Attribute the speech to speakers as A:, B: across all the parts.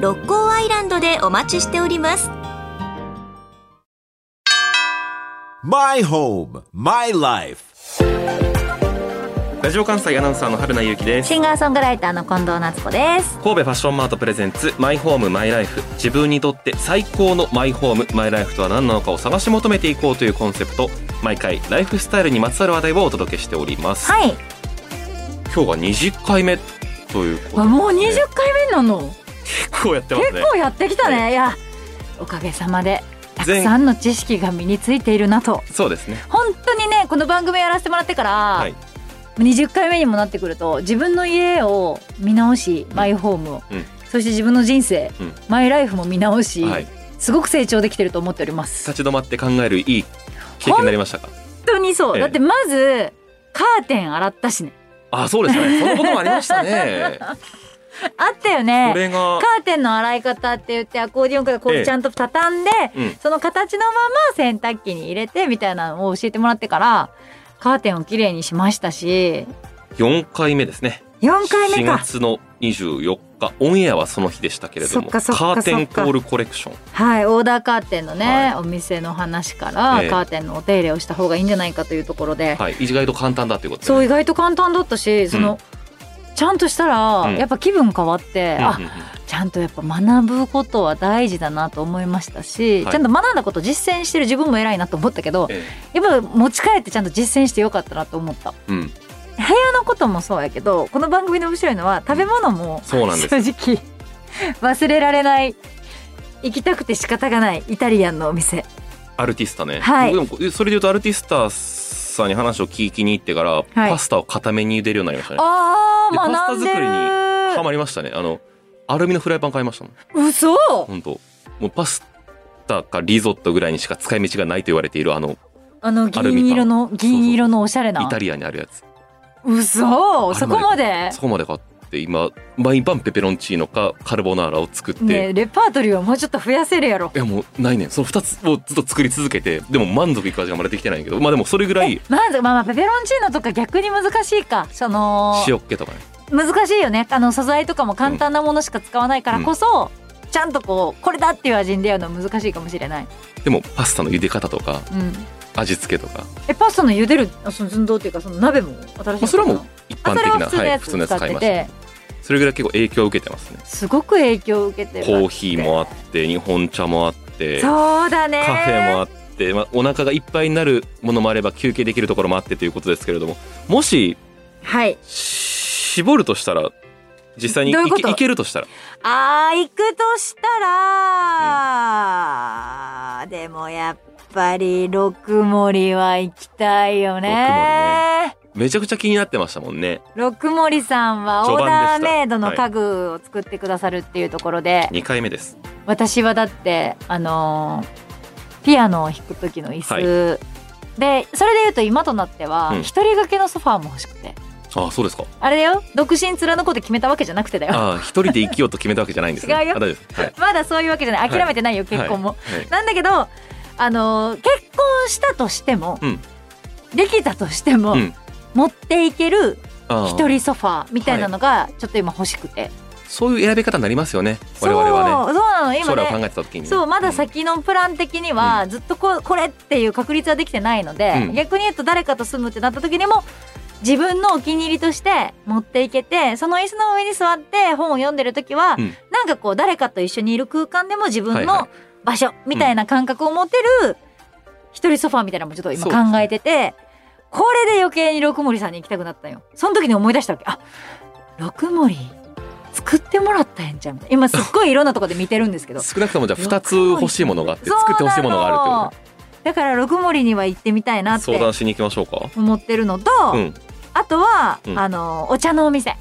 A: 六甲アイランドでお待ちしております
B: My home, my life.
C: ラジオ関西アナウンサーの春名由紀です
D: シンガーソングライターの近藤夏子です。
C: 神戸ファッションマートプレゼンツマイホームマイライフ自分にとって最高のマイホームマイライフとは何なのかを探し求めていこうというコンセプト毎回ライフスタイルにまつわる話題をお届けしております、
D: はい。
C: 今日は20回目ということ
D: あ
C: で
D: もう20回目なの。
C: 結構やってます
D: 結
C: ね
D: 構やってきた
C: は
D: ね。いや、おかげさまで。た
C: 全
D: くさんの知識が身についているなと
C: そうですね
D: 本当にねこの番組やらせてもらってから、
C: はい
D: 20回目にもなってくると自分の家を見直しマイホームを、
C: うん
D: そして自分の人生、
C: うん
D: マイライフも見直し、
C: はい
D: すごく成長できてると思っております
C: 立ち止まって考えるいい経験になりましたか
D: 本当にそう、
C: ええ
D: だってまずカーテン洗った しね
C: あそうです ねそのこともありましたね
D: あったよ
C: こ
D: ね
C: れが
D: カーテンの洗い方って言ってアコーディオンからこ
C: ええ
D: うちゃんと畳んで、
C: うん
D: その形のまま洗濯機に入れてみたいなのを教えてもらってからカーテンをきれいにしましたし
C: 4回目ですね
D: 4回目
C: 4
D: か
C: 月の24日オンエアはその日でしたけれども
D: そっ
C: カ
D: かそっかそっか
C: ーテンコールコレクション
D: はいオーダーカーテンのね、
C: はい
D: お店の話から、
C: ええ
D: カーテンのお手入れをした方がいいんじゃないかというところで、
C: はい意外と簡単だということです
D: そう
C: ね
D: 意外と簡単だったしその、ちゃんとしたら、
C: うん
D: やっぱ気分変わって、
C: うん
D: あ
C: うんうん
D: ちゃんとやっぱ学ぶことは大事だなと思いましたし、
C: はい
D: ちゃんと学んだことを実践してる自分も偉いなと思ったけど
C: え
D: やっぱ持ち帰ってちゃんと実践してよかったなと思った
C: えうん
D: 部屋のこともそうやけどこの番組の面白いのは食べ物も
C: そうなんです
D: 正直忘れられない行きたくて仕方がないイタリアンのお店
C: アルティスタね、
D: はい
C: でもそれでいうとアルティスタさんに話を聞きに行ってから、パスタを固めに茹でるようになりましたね
D: あ
C: で
D: ー学んで
C: ハ
D: る
C: マりましたねあのアルミのフライパン買いましたもん
D: 嘘
C: 本当もうパスタかリゾットぐらいにしか使い道がないと言われているあの
D: あの
C: アルミ
D: 銀
C: 缶
D: 色の銀色のおしゃれな
C: イタリアにあるやつ
D: 嘘
C: あれまで
D: そこまで
C: そこまで買って今毎晩ペペロンチーノかカルボナーラを作って、
D: ねえレパートリーはもうちょっと増やせるやろ
C: いやもうないねんその2つをずっと作り続けてでも満足いく味が生まれてきてないんやけどまあでもそれぐらい
D: まずまあまあペペロンチーノとか逆に難しいかその
C: 塩っ気とかね
D: 難しいよねあの素材とかも簡単なものしか使わないからこそ、ちゃんとこうこれだっていう味に出会うのは難しいかもしれない、
C: でもパスタの茹で方とか
D: うん、
C: 味付けとか、
D: えパスタの茹でるあその寸胴っていうかその鍋も新しい
C: まあ、
D: の
C: そ
D: か
C: れ
D: な
C: はもう一
D: あ
C: 般
D: そ
C: 的
D: れは
C: な
D: 普通の
C: はい
D: や
C: 普通の
D: つ
C: やつ
D: 使っ
C: 買い
D: て
C: ま
D: て、
C: したそれぐらい結構影響を受けてますね
D: すごく影響を受けてる
C: コーヒーもあって日本茶もあってカ
D: そうだね
C: フェもあって、まあ、お腹がいっぱいになるものもあれば休憩できるところもあってということですけれどももし
D: はい
C: し絞るとしたら実際に
D: どういう
C: い
D: こ
C: け
D: と
C: いけるとしたら
D: あー行くとしたら、でもやっぱり六森は行きたいよね
C: めちゃくちゃ気になってましたもんね
D: 六森さんはオーダーメイドの家具を作ってくださるっていうところで、
C: 2回目です
D: 私はだってあのーピアノを弾く時の椅子、でそれでいうと今となっては、
C: うん
D: 一人掛けのソファーも欲しくて
C: あそうですか
D: あれだよ独身貫こうって決めたわけじゃなくてだよ
C: あ一人で生きようと決めたわけじゃ ないんですね
D: 違うよ
C: あ大丈夫です、はい
D: まだそういうわけじゃない諦めてないよ、結婚も、
C: はいはい
D: なんだけどあのー結婚したとしても、
C: うん
D: できたとしても、
C: うん
D: 持っていける
C: あー
D: 一人ソファーみたいなのがちょっと今欲しくて、
C: そういう選び方になりますよね我々はね
D: そうそうなの今
C: 将来
D: ね
C: を考えてた時にね
D: そうまだ
C: ん
D: 先のプラン的にはずっとこうこれっていう確率はできてないので、
C: うん
D: 逆に言うと誰かと住むってなった時にも自分のお気に入りとして持っていけてその椅子の上に座って本を読んでる時は、
C: うん
D: なんかこう誰かと一緒にいる空間でも自分
C: はいは
D: の場所みたいな感覚を持てる一人ソファーみたいなのもちょっと今
C: そうですね
D: 考えてて、これで余計に六森さんに行きたくなったよその時に思い出したわけあ六森作ってもらったやんじゃんみたいな今すっごいいろんなとこで見てるんですけど
C: 少なくともじゃあ2つ欲しいものがあって作って欲しいものがあるってことね
D: とだから六森には行ってみたいなっ
C: 相
D: て
C: 談しに行きましょうか。
D: 思ってるのと、
C: うん。
D: あとは、
C: うん
D: あのお茶のお店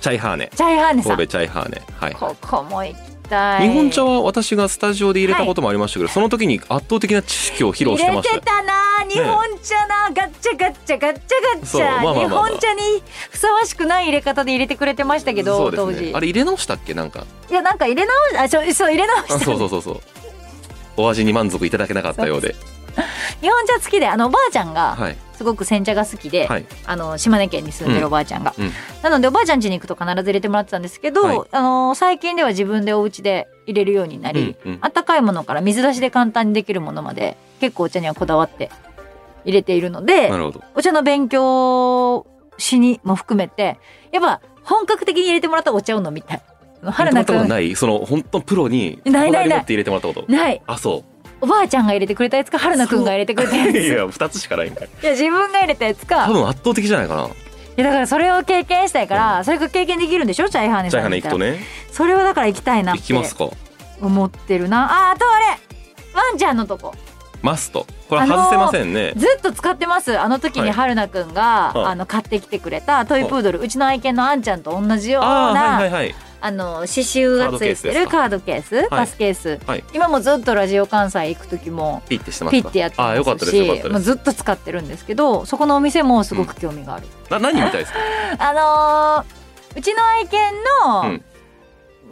C: チャイハーネ。
D: チャイハーネさん
C: 神戸チャイハーネ。はい。
D: ここも行き対
C: 日本茶は私がスタジオで入れたこともありましたけど、その時に圧倒的な知識を披露してました
D: 入れてたな日本茶な、ガッチャガッチャガッチャガッチ
C: そうまあ
D: ャ、
C: まあまあまあ
D: 日本茶にふさわしくない入れ方で入れてくれてましたけど、
C: そうです
D: 当
C: ね
D: 時
C: あれ入れ直したっけなんか
D: いやなんか入れ直しあそうそう入れ直
C: あ
D: した
C: そうそうそうそう お味に満足いただけなかったようで
D: 日本茶好きであのおばあちゃんが
C: はい
D: すごく煎茶が好きで、
C: はい
D: あの島根県に住んでるおばあちゃんが、
C: うんうん
D: なのでおばあちゃん家に行くと必ず入れてもらってたんですけど、
C: はい
D: あの最近では自分でお家で入れるようになり、
C: うんうん
D: あったかいものから水出しで簡単にできるものまで結構お茶にはこだわって入れているので
C: なるほど
D: お茶の勉強しにも含めてやっぱ本格的に入れてもらったお茶を飲みたい。
C: 入れ
D: 春
C: てもらっ
D: 菜
C: た
D: く
C: こと
D: ん
C: ないその本当プロに
D: ないないない
C: こだわり持って入れてもらったこと
D: ない
C: あそ
D: おばあちゃんが入れてくれたやつか春菜くんが入れてくれたや
C: う
D: つ
C: いや2つしかないんかい
D: いや自分が入れたやつか
C: 多分圧倒的じゃないかない
D: やだからそれを経験したいから、それが経験できるんでしょチャイハーネ
C: チ
D: さ
C: ャイ
D: ん
C: ハネ
D: み
C: 行
D: た
C: く
D: いな
C: とね
D: それはだから行きたいなっ
C: 行き
D: て
C: ますか
D: 思ってるなああとあれワンちゃんのとこ
C: マストこれ外せませんね、
D: ずっと使ってますあの時
C: は
D: に
C: い
D: 春菜くんが、
C: はい
D: あの買ってきてくれたトイプードル、うちの愛犬のあんちゃんと同じよう
C: ああ
D: な
C: は
D: あ,、
C: いはいはい
D: の刺繍がついてるカードケースパスケース、
C: はい
D: 今もずっとラジオ関西行く時も
C: ピッてしてます
D: ピ
C: か
D: ッてやって
C: ああよか
D: ま
C: った
D: す
C: ですよかっ
D: したもう
C: です
D: ずっと使ってるんですけどそこのお店もすごく興味がある、
C: な何みたいですか
D: あのーうちの愛犬の、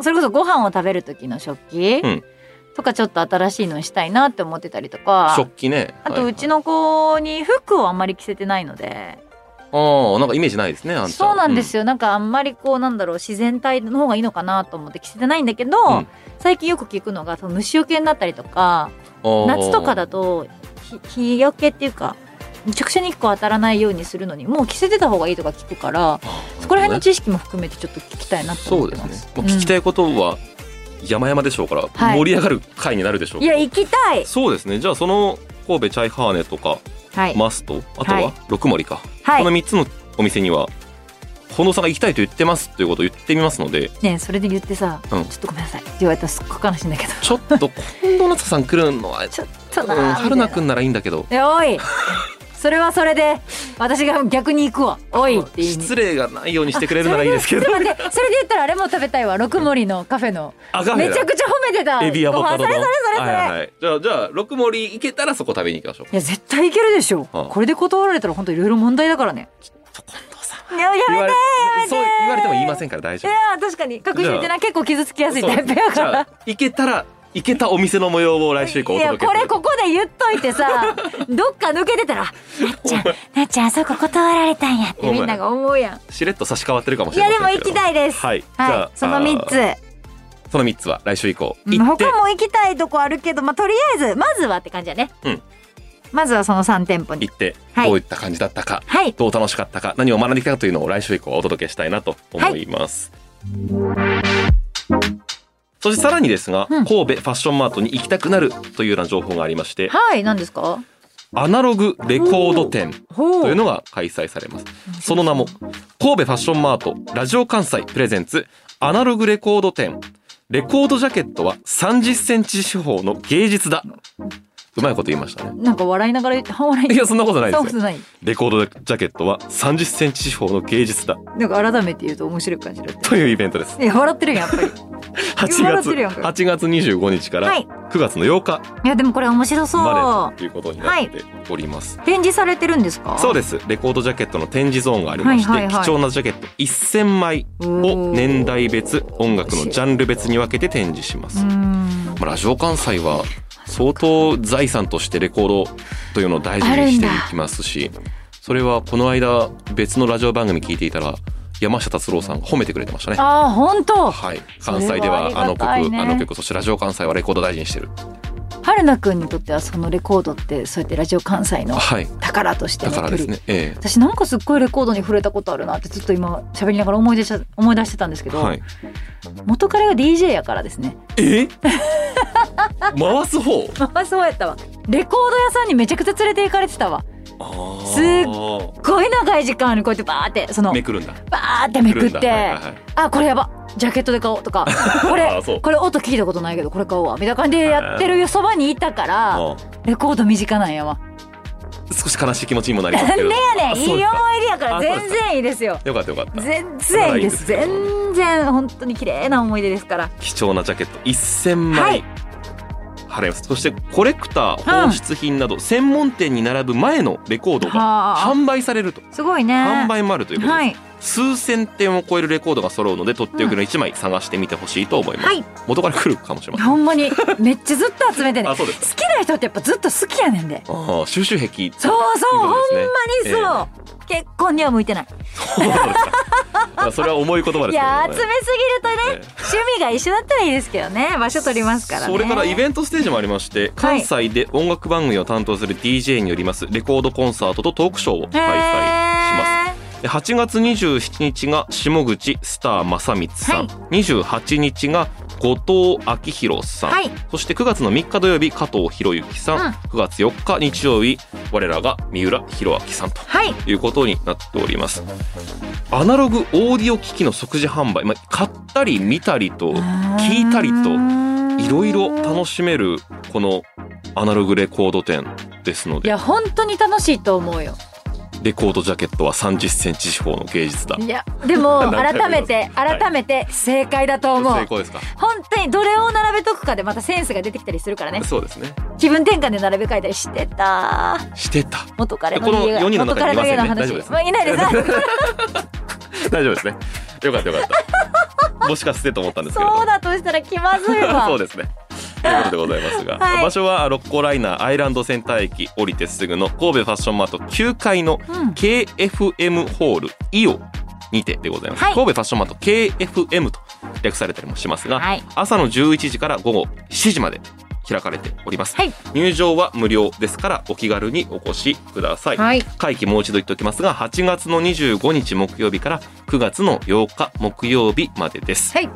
D: それこそご飯を食べる時の食器、
C: うん
D: とかちょっと新しいのにしたいなって思ってたりとか
C: 食器ね
D: あとうち
C: の
D: の子に服をあんまり着せてないので
C: ああなんかイメージないですねあんちゃん
D: そうなんですよ、なんかあんまりこうなんだろう自然体の方がいいのかなと思って着せてないんだけど、
C: うん
D: 最近よく聞くのがその虫よけになったりとか
C: うんああ
D: 夏とかだとひ日よけっていうか直射日光当たらないようにするのにもう着せてた方がいいとか聞くからそこら辺の知識も含めてちょっと聞きたいなと
C: そ
D: 思っ
C: う
D: て
C: です
D: ます。
C: ねもう聞きたいことは山々でしょうから、
D: はい
C: 盛り上がる回になるでしょう
D: い
C: から
D: や行きたい。
C: そうですねじゃあその神戸チャイハーネとか
D: はい。
C: マストあと
D: はい
C: は六森か、
D: はい
C: この3つのお店には近藤さんが行きたいと言ってますということを言ってみますので
D: ねえそれで言ってさ、
C: うん
D: ちょっとごめんなさいって言われたらすっごく悲しいんだけ ど。
C: ちょっと近藤夏さん来るのは
D: ちょっ
C: う
D: と
C: ん
D: なー。みたい
C: 春菜くんならいいんだけど
D: いやおい。それはそれで私が逆に行くわ。おいって言いに。
C: 失礼がないようにしてくれるならいいですけど
D: ちょっと待ってそれで言ったらあれも食べたいわ六森のカフェの
C: あガフェ
D: め
C: だ
D: ちゃくちゃ褒めてた
C: エビアボカドの
D: ご飯それそれそれそれ、
C: はい
D: い
C: はいはい、じゃあじゃあ六森行けたらそこ食べに行きましょう
D: や絶対いけるでしょ、
C: はあ
D: これで断られたら本当いろいろ問題だからね
C: 近藤さん
D: いやや
C: 言わ
D: め
C: れ
D: て
C: そう言われても言いませんから大
D: い
C: 丈夫
D: や確かに隠してて
C: じゃ
D: な結構傷つきやすい
C: そう
D: タイプや
C: じ
D: か
C: ゃ
D: ら
C: あ行けたら行けたお店の模様を来週以降お
D: いや
C: 届け
D: こ
C: する
D: れここで言っといてさどっか抜けてたら「なっちゃんなっちゃんあそこ断られたんや」ってみんなが思うやん
C: しれっと差し替わってるかもし
D: い
C: れ
D: や
C: ませ
D: で
C: ん
D: も
C: けれ
D: 行
C: ど
D: きたいです
C: はいじゃ
D: は
C: あ
D: いその3つ
C: その3つは来週以降
D: うん
C: 行って
D: 他も行きたいとこあるけどまあとりあえずまずはって感じやね
C: うん
D: まずはその3店舗に
C: 行って
D: はい
C: どういった感じだったか、
D: はい
C: どう楽しかったか何を学んできたかというのを来週以降お届けしたいなと思います、そしてさらにですが、
D: うん
C: 神戸ファッションマートに行きたくなるというような情報がありまして
D: はい何ですか
C: アナログレコード展
D: ほ
C: というのが開催されますその名も神戸ファッションマートラジオ関西プレゼンツアナログレコード展レコードジャケットは30センチ四方の芸術だうまいこと言いましたね
D: なんか笑いながら言って半笑い
C: いやそんなことないで
D: そう
C: す
D: そ
C: よ
D: うない
C: レコードジャケットは30センチ四方の芸術だ
D: なんか改めて言うと面白い感じだっ
C: というイベントです
D: たいや笑ってるやんやっぱり
C: 8
D: 笑っ
C: 月
D: てるやん
C: 8月25日から
D: はい
C: 9月の8日
D: いやでもこれ面白そ
C: ま
D: う
C: でということになっております
D: 展示されてるんですか
C: そうですレコードジャケットの展示ゾーンがありまして、
D: はいはいはい
C: 貴重なジャケット1000枚を年代別音楽のジャンル別に分けて展示しま
D: う
C: す、
D: ー
C: ま
D: ん
C: あラジオ関西は相当財産としてレコードというのを大事にしていきますしそれはこの間別のラジオ番組聞いていたら山下達郎さんが褒めてくれてましたね
D: ああ本当
C: はい
D: それ
C: 関
D: は
C: 西ではあ
D: あ
C: の曲
D: りがたいね
C: あの曲そしてラジオ関西はレコード大事にしてる
D: 春菜くんにとってはそのレコードってそうやってラジオ関西の
C: はい
D: 宝として
C: だからで
D: 残る
C: すねえ
D: 私なんかすっごいレコードに触れたことあるなってずっと今喋りながら思い出した思い出してたんですけ
C: え
D: ど、
C: はい
D: 元彼が DJ やからですね
C: え回す方
D: あそうやったわレコード屋さんにめちゃくちゃ連れて行かれてたわすっ
C: ご
D: すっごい長い時間にこうやってバーってその
C: めくるんだ
D: バーってめくって、
C: くるんだはいはいはい
D: あこれやばジャケットで買おうと かこ
C: あ
D: れ
C: そう
D: これ音聞いたことないけどこれ買おうわみたいな感じでやってるそばにいたから
C: あ
D: レコード身近なんやわ
C: 少し悲しい気持ちにもなります
D: なん
C: け
D: で
C: ど。
D: や
C: あ
D: ねん
C: そう
D: いい
C: です
D: 思
C: か
D: い出やから
C: あそうです
D: 全
C: か
D: 然いいですよ
C: よかったよかった。
D: 全然いいです
C: それはいいです
D: 全然本当に綺麗な思い出ですから
C: 貴重なジャケット1000
D: は
C: 枚
D: い
C: 払います。そしてコレクター、放出品など専門店に並ぶ前のレコードが
D: はあ
C: 販売されると。
D: すごいね
C: 販売もあるということ
D: は
C: で
D: い
C: す。数千点を超えるレコードが揃うので、とっておきの1枚探してみてほしいと思います。
D: はい
C: 元から来るかもしれません。
D: ほんまに めっちゃずっと集めてね
C: あ、
D: 好
C: そうです。
D: きな人ってやっぱずっと好きやねんで
C: ああ、収集癖。
D: そうそうほんま
C: ということ
D: に
C: ですね
D: そう結婚には向いてない
C: そうなんですか。あそれは重い言葉
D: い
C: ですけどね
D: や集めすぎるとね
C: ええ
D: 趣味が一緒だったらいいですけどね場所取りますからね
C: それからイベントステージもありまして関西で音楽番組を担当する DJ によりますレコードコンサートとトークショーを開催しま
D: へ
C: すで8月27日が下口スター正光さん、
D: は
C: 28日が後藤昭弘さん、
D: はい
C: そして9月の3日土曜日加藤博之さん、
D: うん
C: 9月4日日曜日我らが三浦弘明さんと
D: ーはい
C: ということになっておりますアナログオーディオ機器の即時販売、まあ、買ったり見たりと聞いたりといろいろ楽しめるこのアナログレコード店ですの
D: い
C: で
D: や本当に楽しいと思うよ
C: レコードジャケットは3 0センチ四方の芸術だ
D: いや でも
C: 何回も
D: 改めて
C: はい
D: 改めて正解だと思う
C: 成
D: 本
C: 功ですか
D: 当にどれを並べとくかでまたセンスが出てきたりするからね
C: そうですね
D: 気分転換で並べ替えたりしてた
C: してた
D: 元彼
C: こ
D: の
C: の
D: 家が
C: 四人の
D: 元
C: 中
D: 彼
C: にいませんね大
D: の家の話
C: 丈夫です
D: まあいないです
C: 大丈夫ですねよかったよかったもしかしてと思ったんですけれども
D: そうだとしたら気まずいわ
C: そうですね。ということでございますが、
D: はい
C: 場所は六甲ライナーアイランドセンター駅降りてすぐの神戸ファッションマート9階の
D: うん
C: KFM ホールイオにてでございます、
D: はい
C: 神戸ファッションマート KFM と略されたりもしますが、
D: はい
C: 朝の11時から午後7時まで開かれております、
D: はい
C: 入場は無料ですからお気軽にお越しください、
D: はい
C: 会期もう一度言っておきますが8月の25日木曜日から9月の8日木曜日までです
D: はい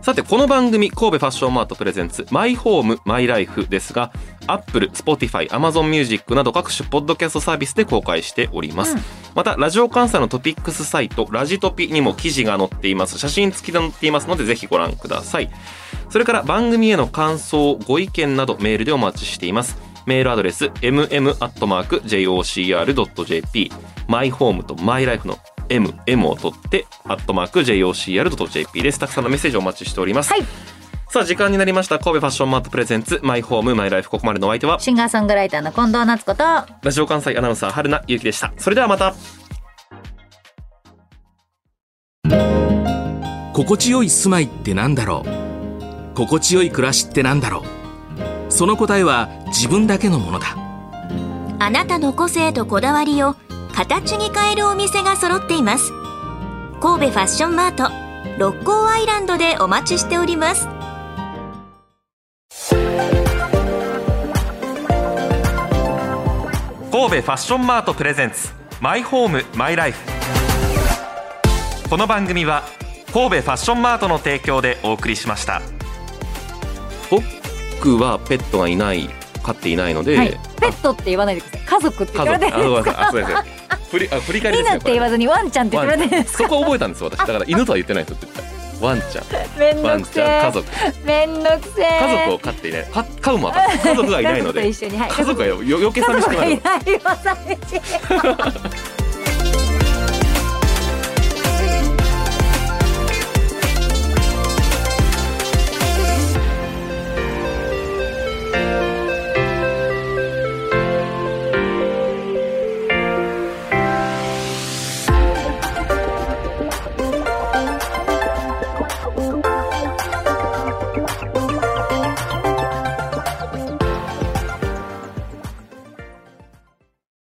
C: さてこの番組神戸ファッションマートプレゼンツマイホームマイライフですが Apple、Spotify、Amazon Music など各種ポッドキャストサービスで公開しております、
D: うん
C: またラジオ関西のトピックスサイトラジトピにも記事が載っています写真付きで載っていますのでぜひご覧くださいそれから番組への感想ご意見などメールでお待ちしていますメールアドレス mm.jocr.jp マイホームとマイライフの M、M を取って、アットマーク JOCR.jp です。たくさんのメッセージをお待ちしております。
D: はい
C: さあ、時間になりました。神戸ファッションマートプレゼンツ、マイホーム、マイライフ、ここまでのお相手は、
D: シンガーソングライターの近藤夏子と
C: ラジオ関西アナウンサー、春名ゆうきでした。それではまた。
E: 心地よい住まいってなんだろう心地よい暮らしってなんだろうその答えは自分だけのものだ
A: あなたの個性とこだわりを形に変えるお店が揃っています神戸ファッションマート六甲アイランドでお待ちしております
C: 神戸ファッションマートプレゼンツ、マイホーム、マイライフ。この番組は、神戸ファッションマートの提供でお送りしました。僕はペットがいない、飼っていないので、
D: はいペットって言わないでください家族って言
C: 家
D: われて
C: 族、あ、ご
D: るん
C: め
D: で
C: ん
D: す
C: なさい、あ、
D: か
C: すみません。振り、あ、振り返りです
D: リナ
C: ね。
D: っ
C: こ
D: て
C: れ
D: 言わずにワンちゃんって言
C: ワ
D: われて
C: ン
D: る
C: ちゃ
D: ん
C: ん
D: です
C: そこは覚えたんです私だから犬とは言ってないです絶対ワンちゃん
D: めん
C: ワ
D: ど
C: ン
D: く
C: ち
D: せ
C: ゃん
D: え
C: 家族
D: めんどくせえ
C: 家族を飼っていないか飼うもわ かんない家族がいないので
D: 家族と一緒にはい
C: 家族がよ余計寂しくなる
D: 家族がいないよ寂しい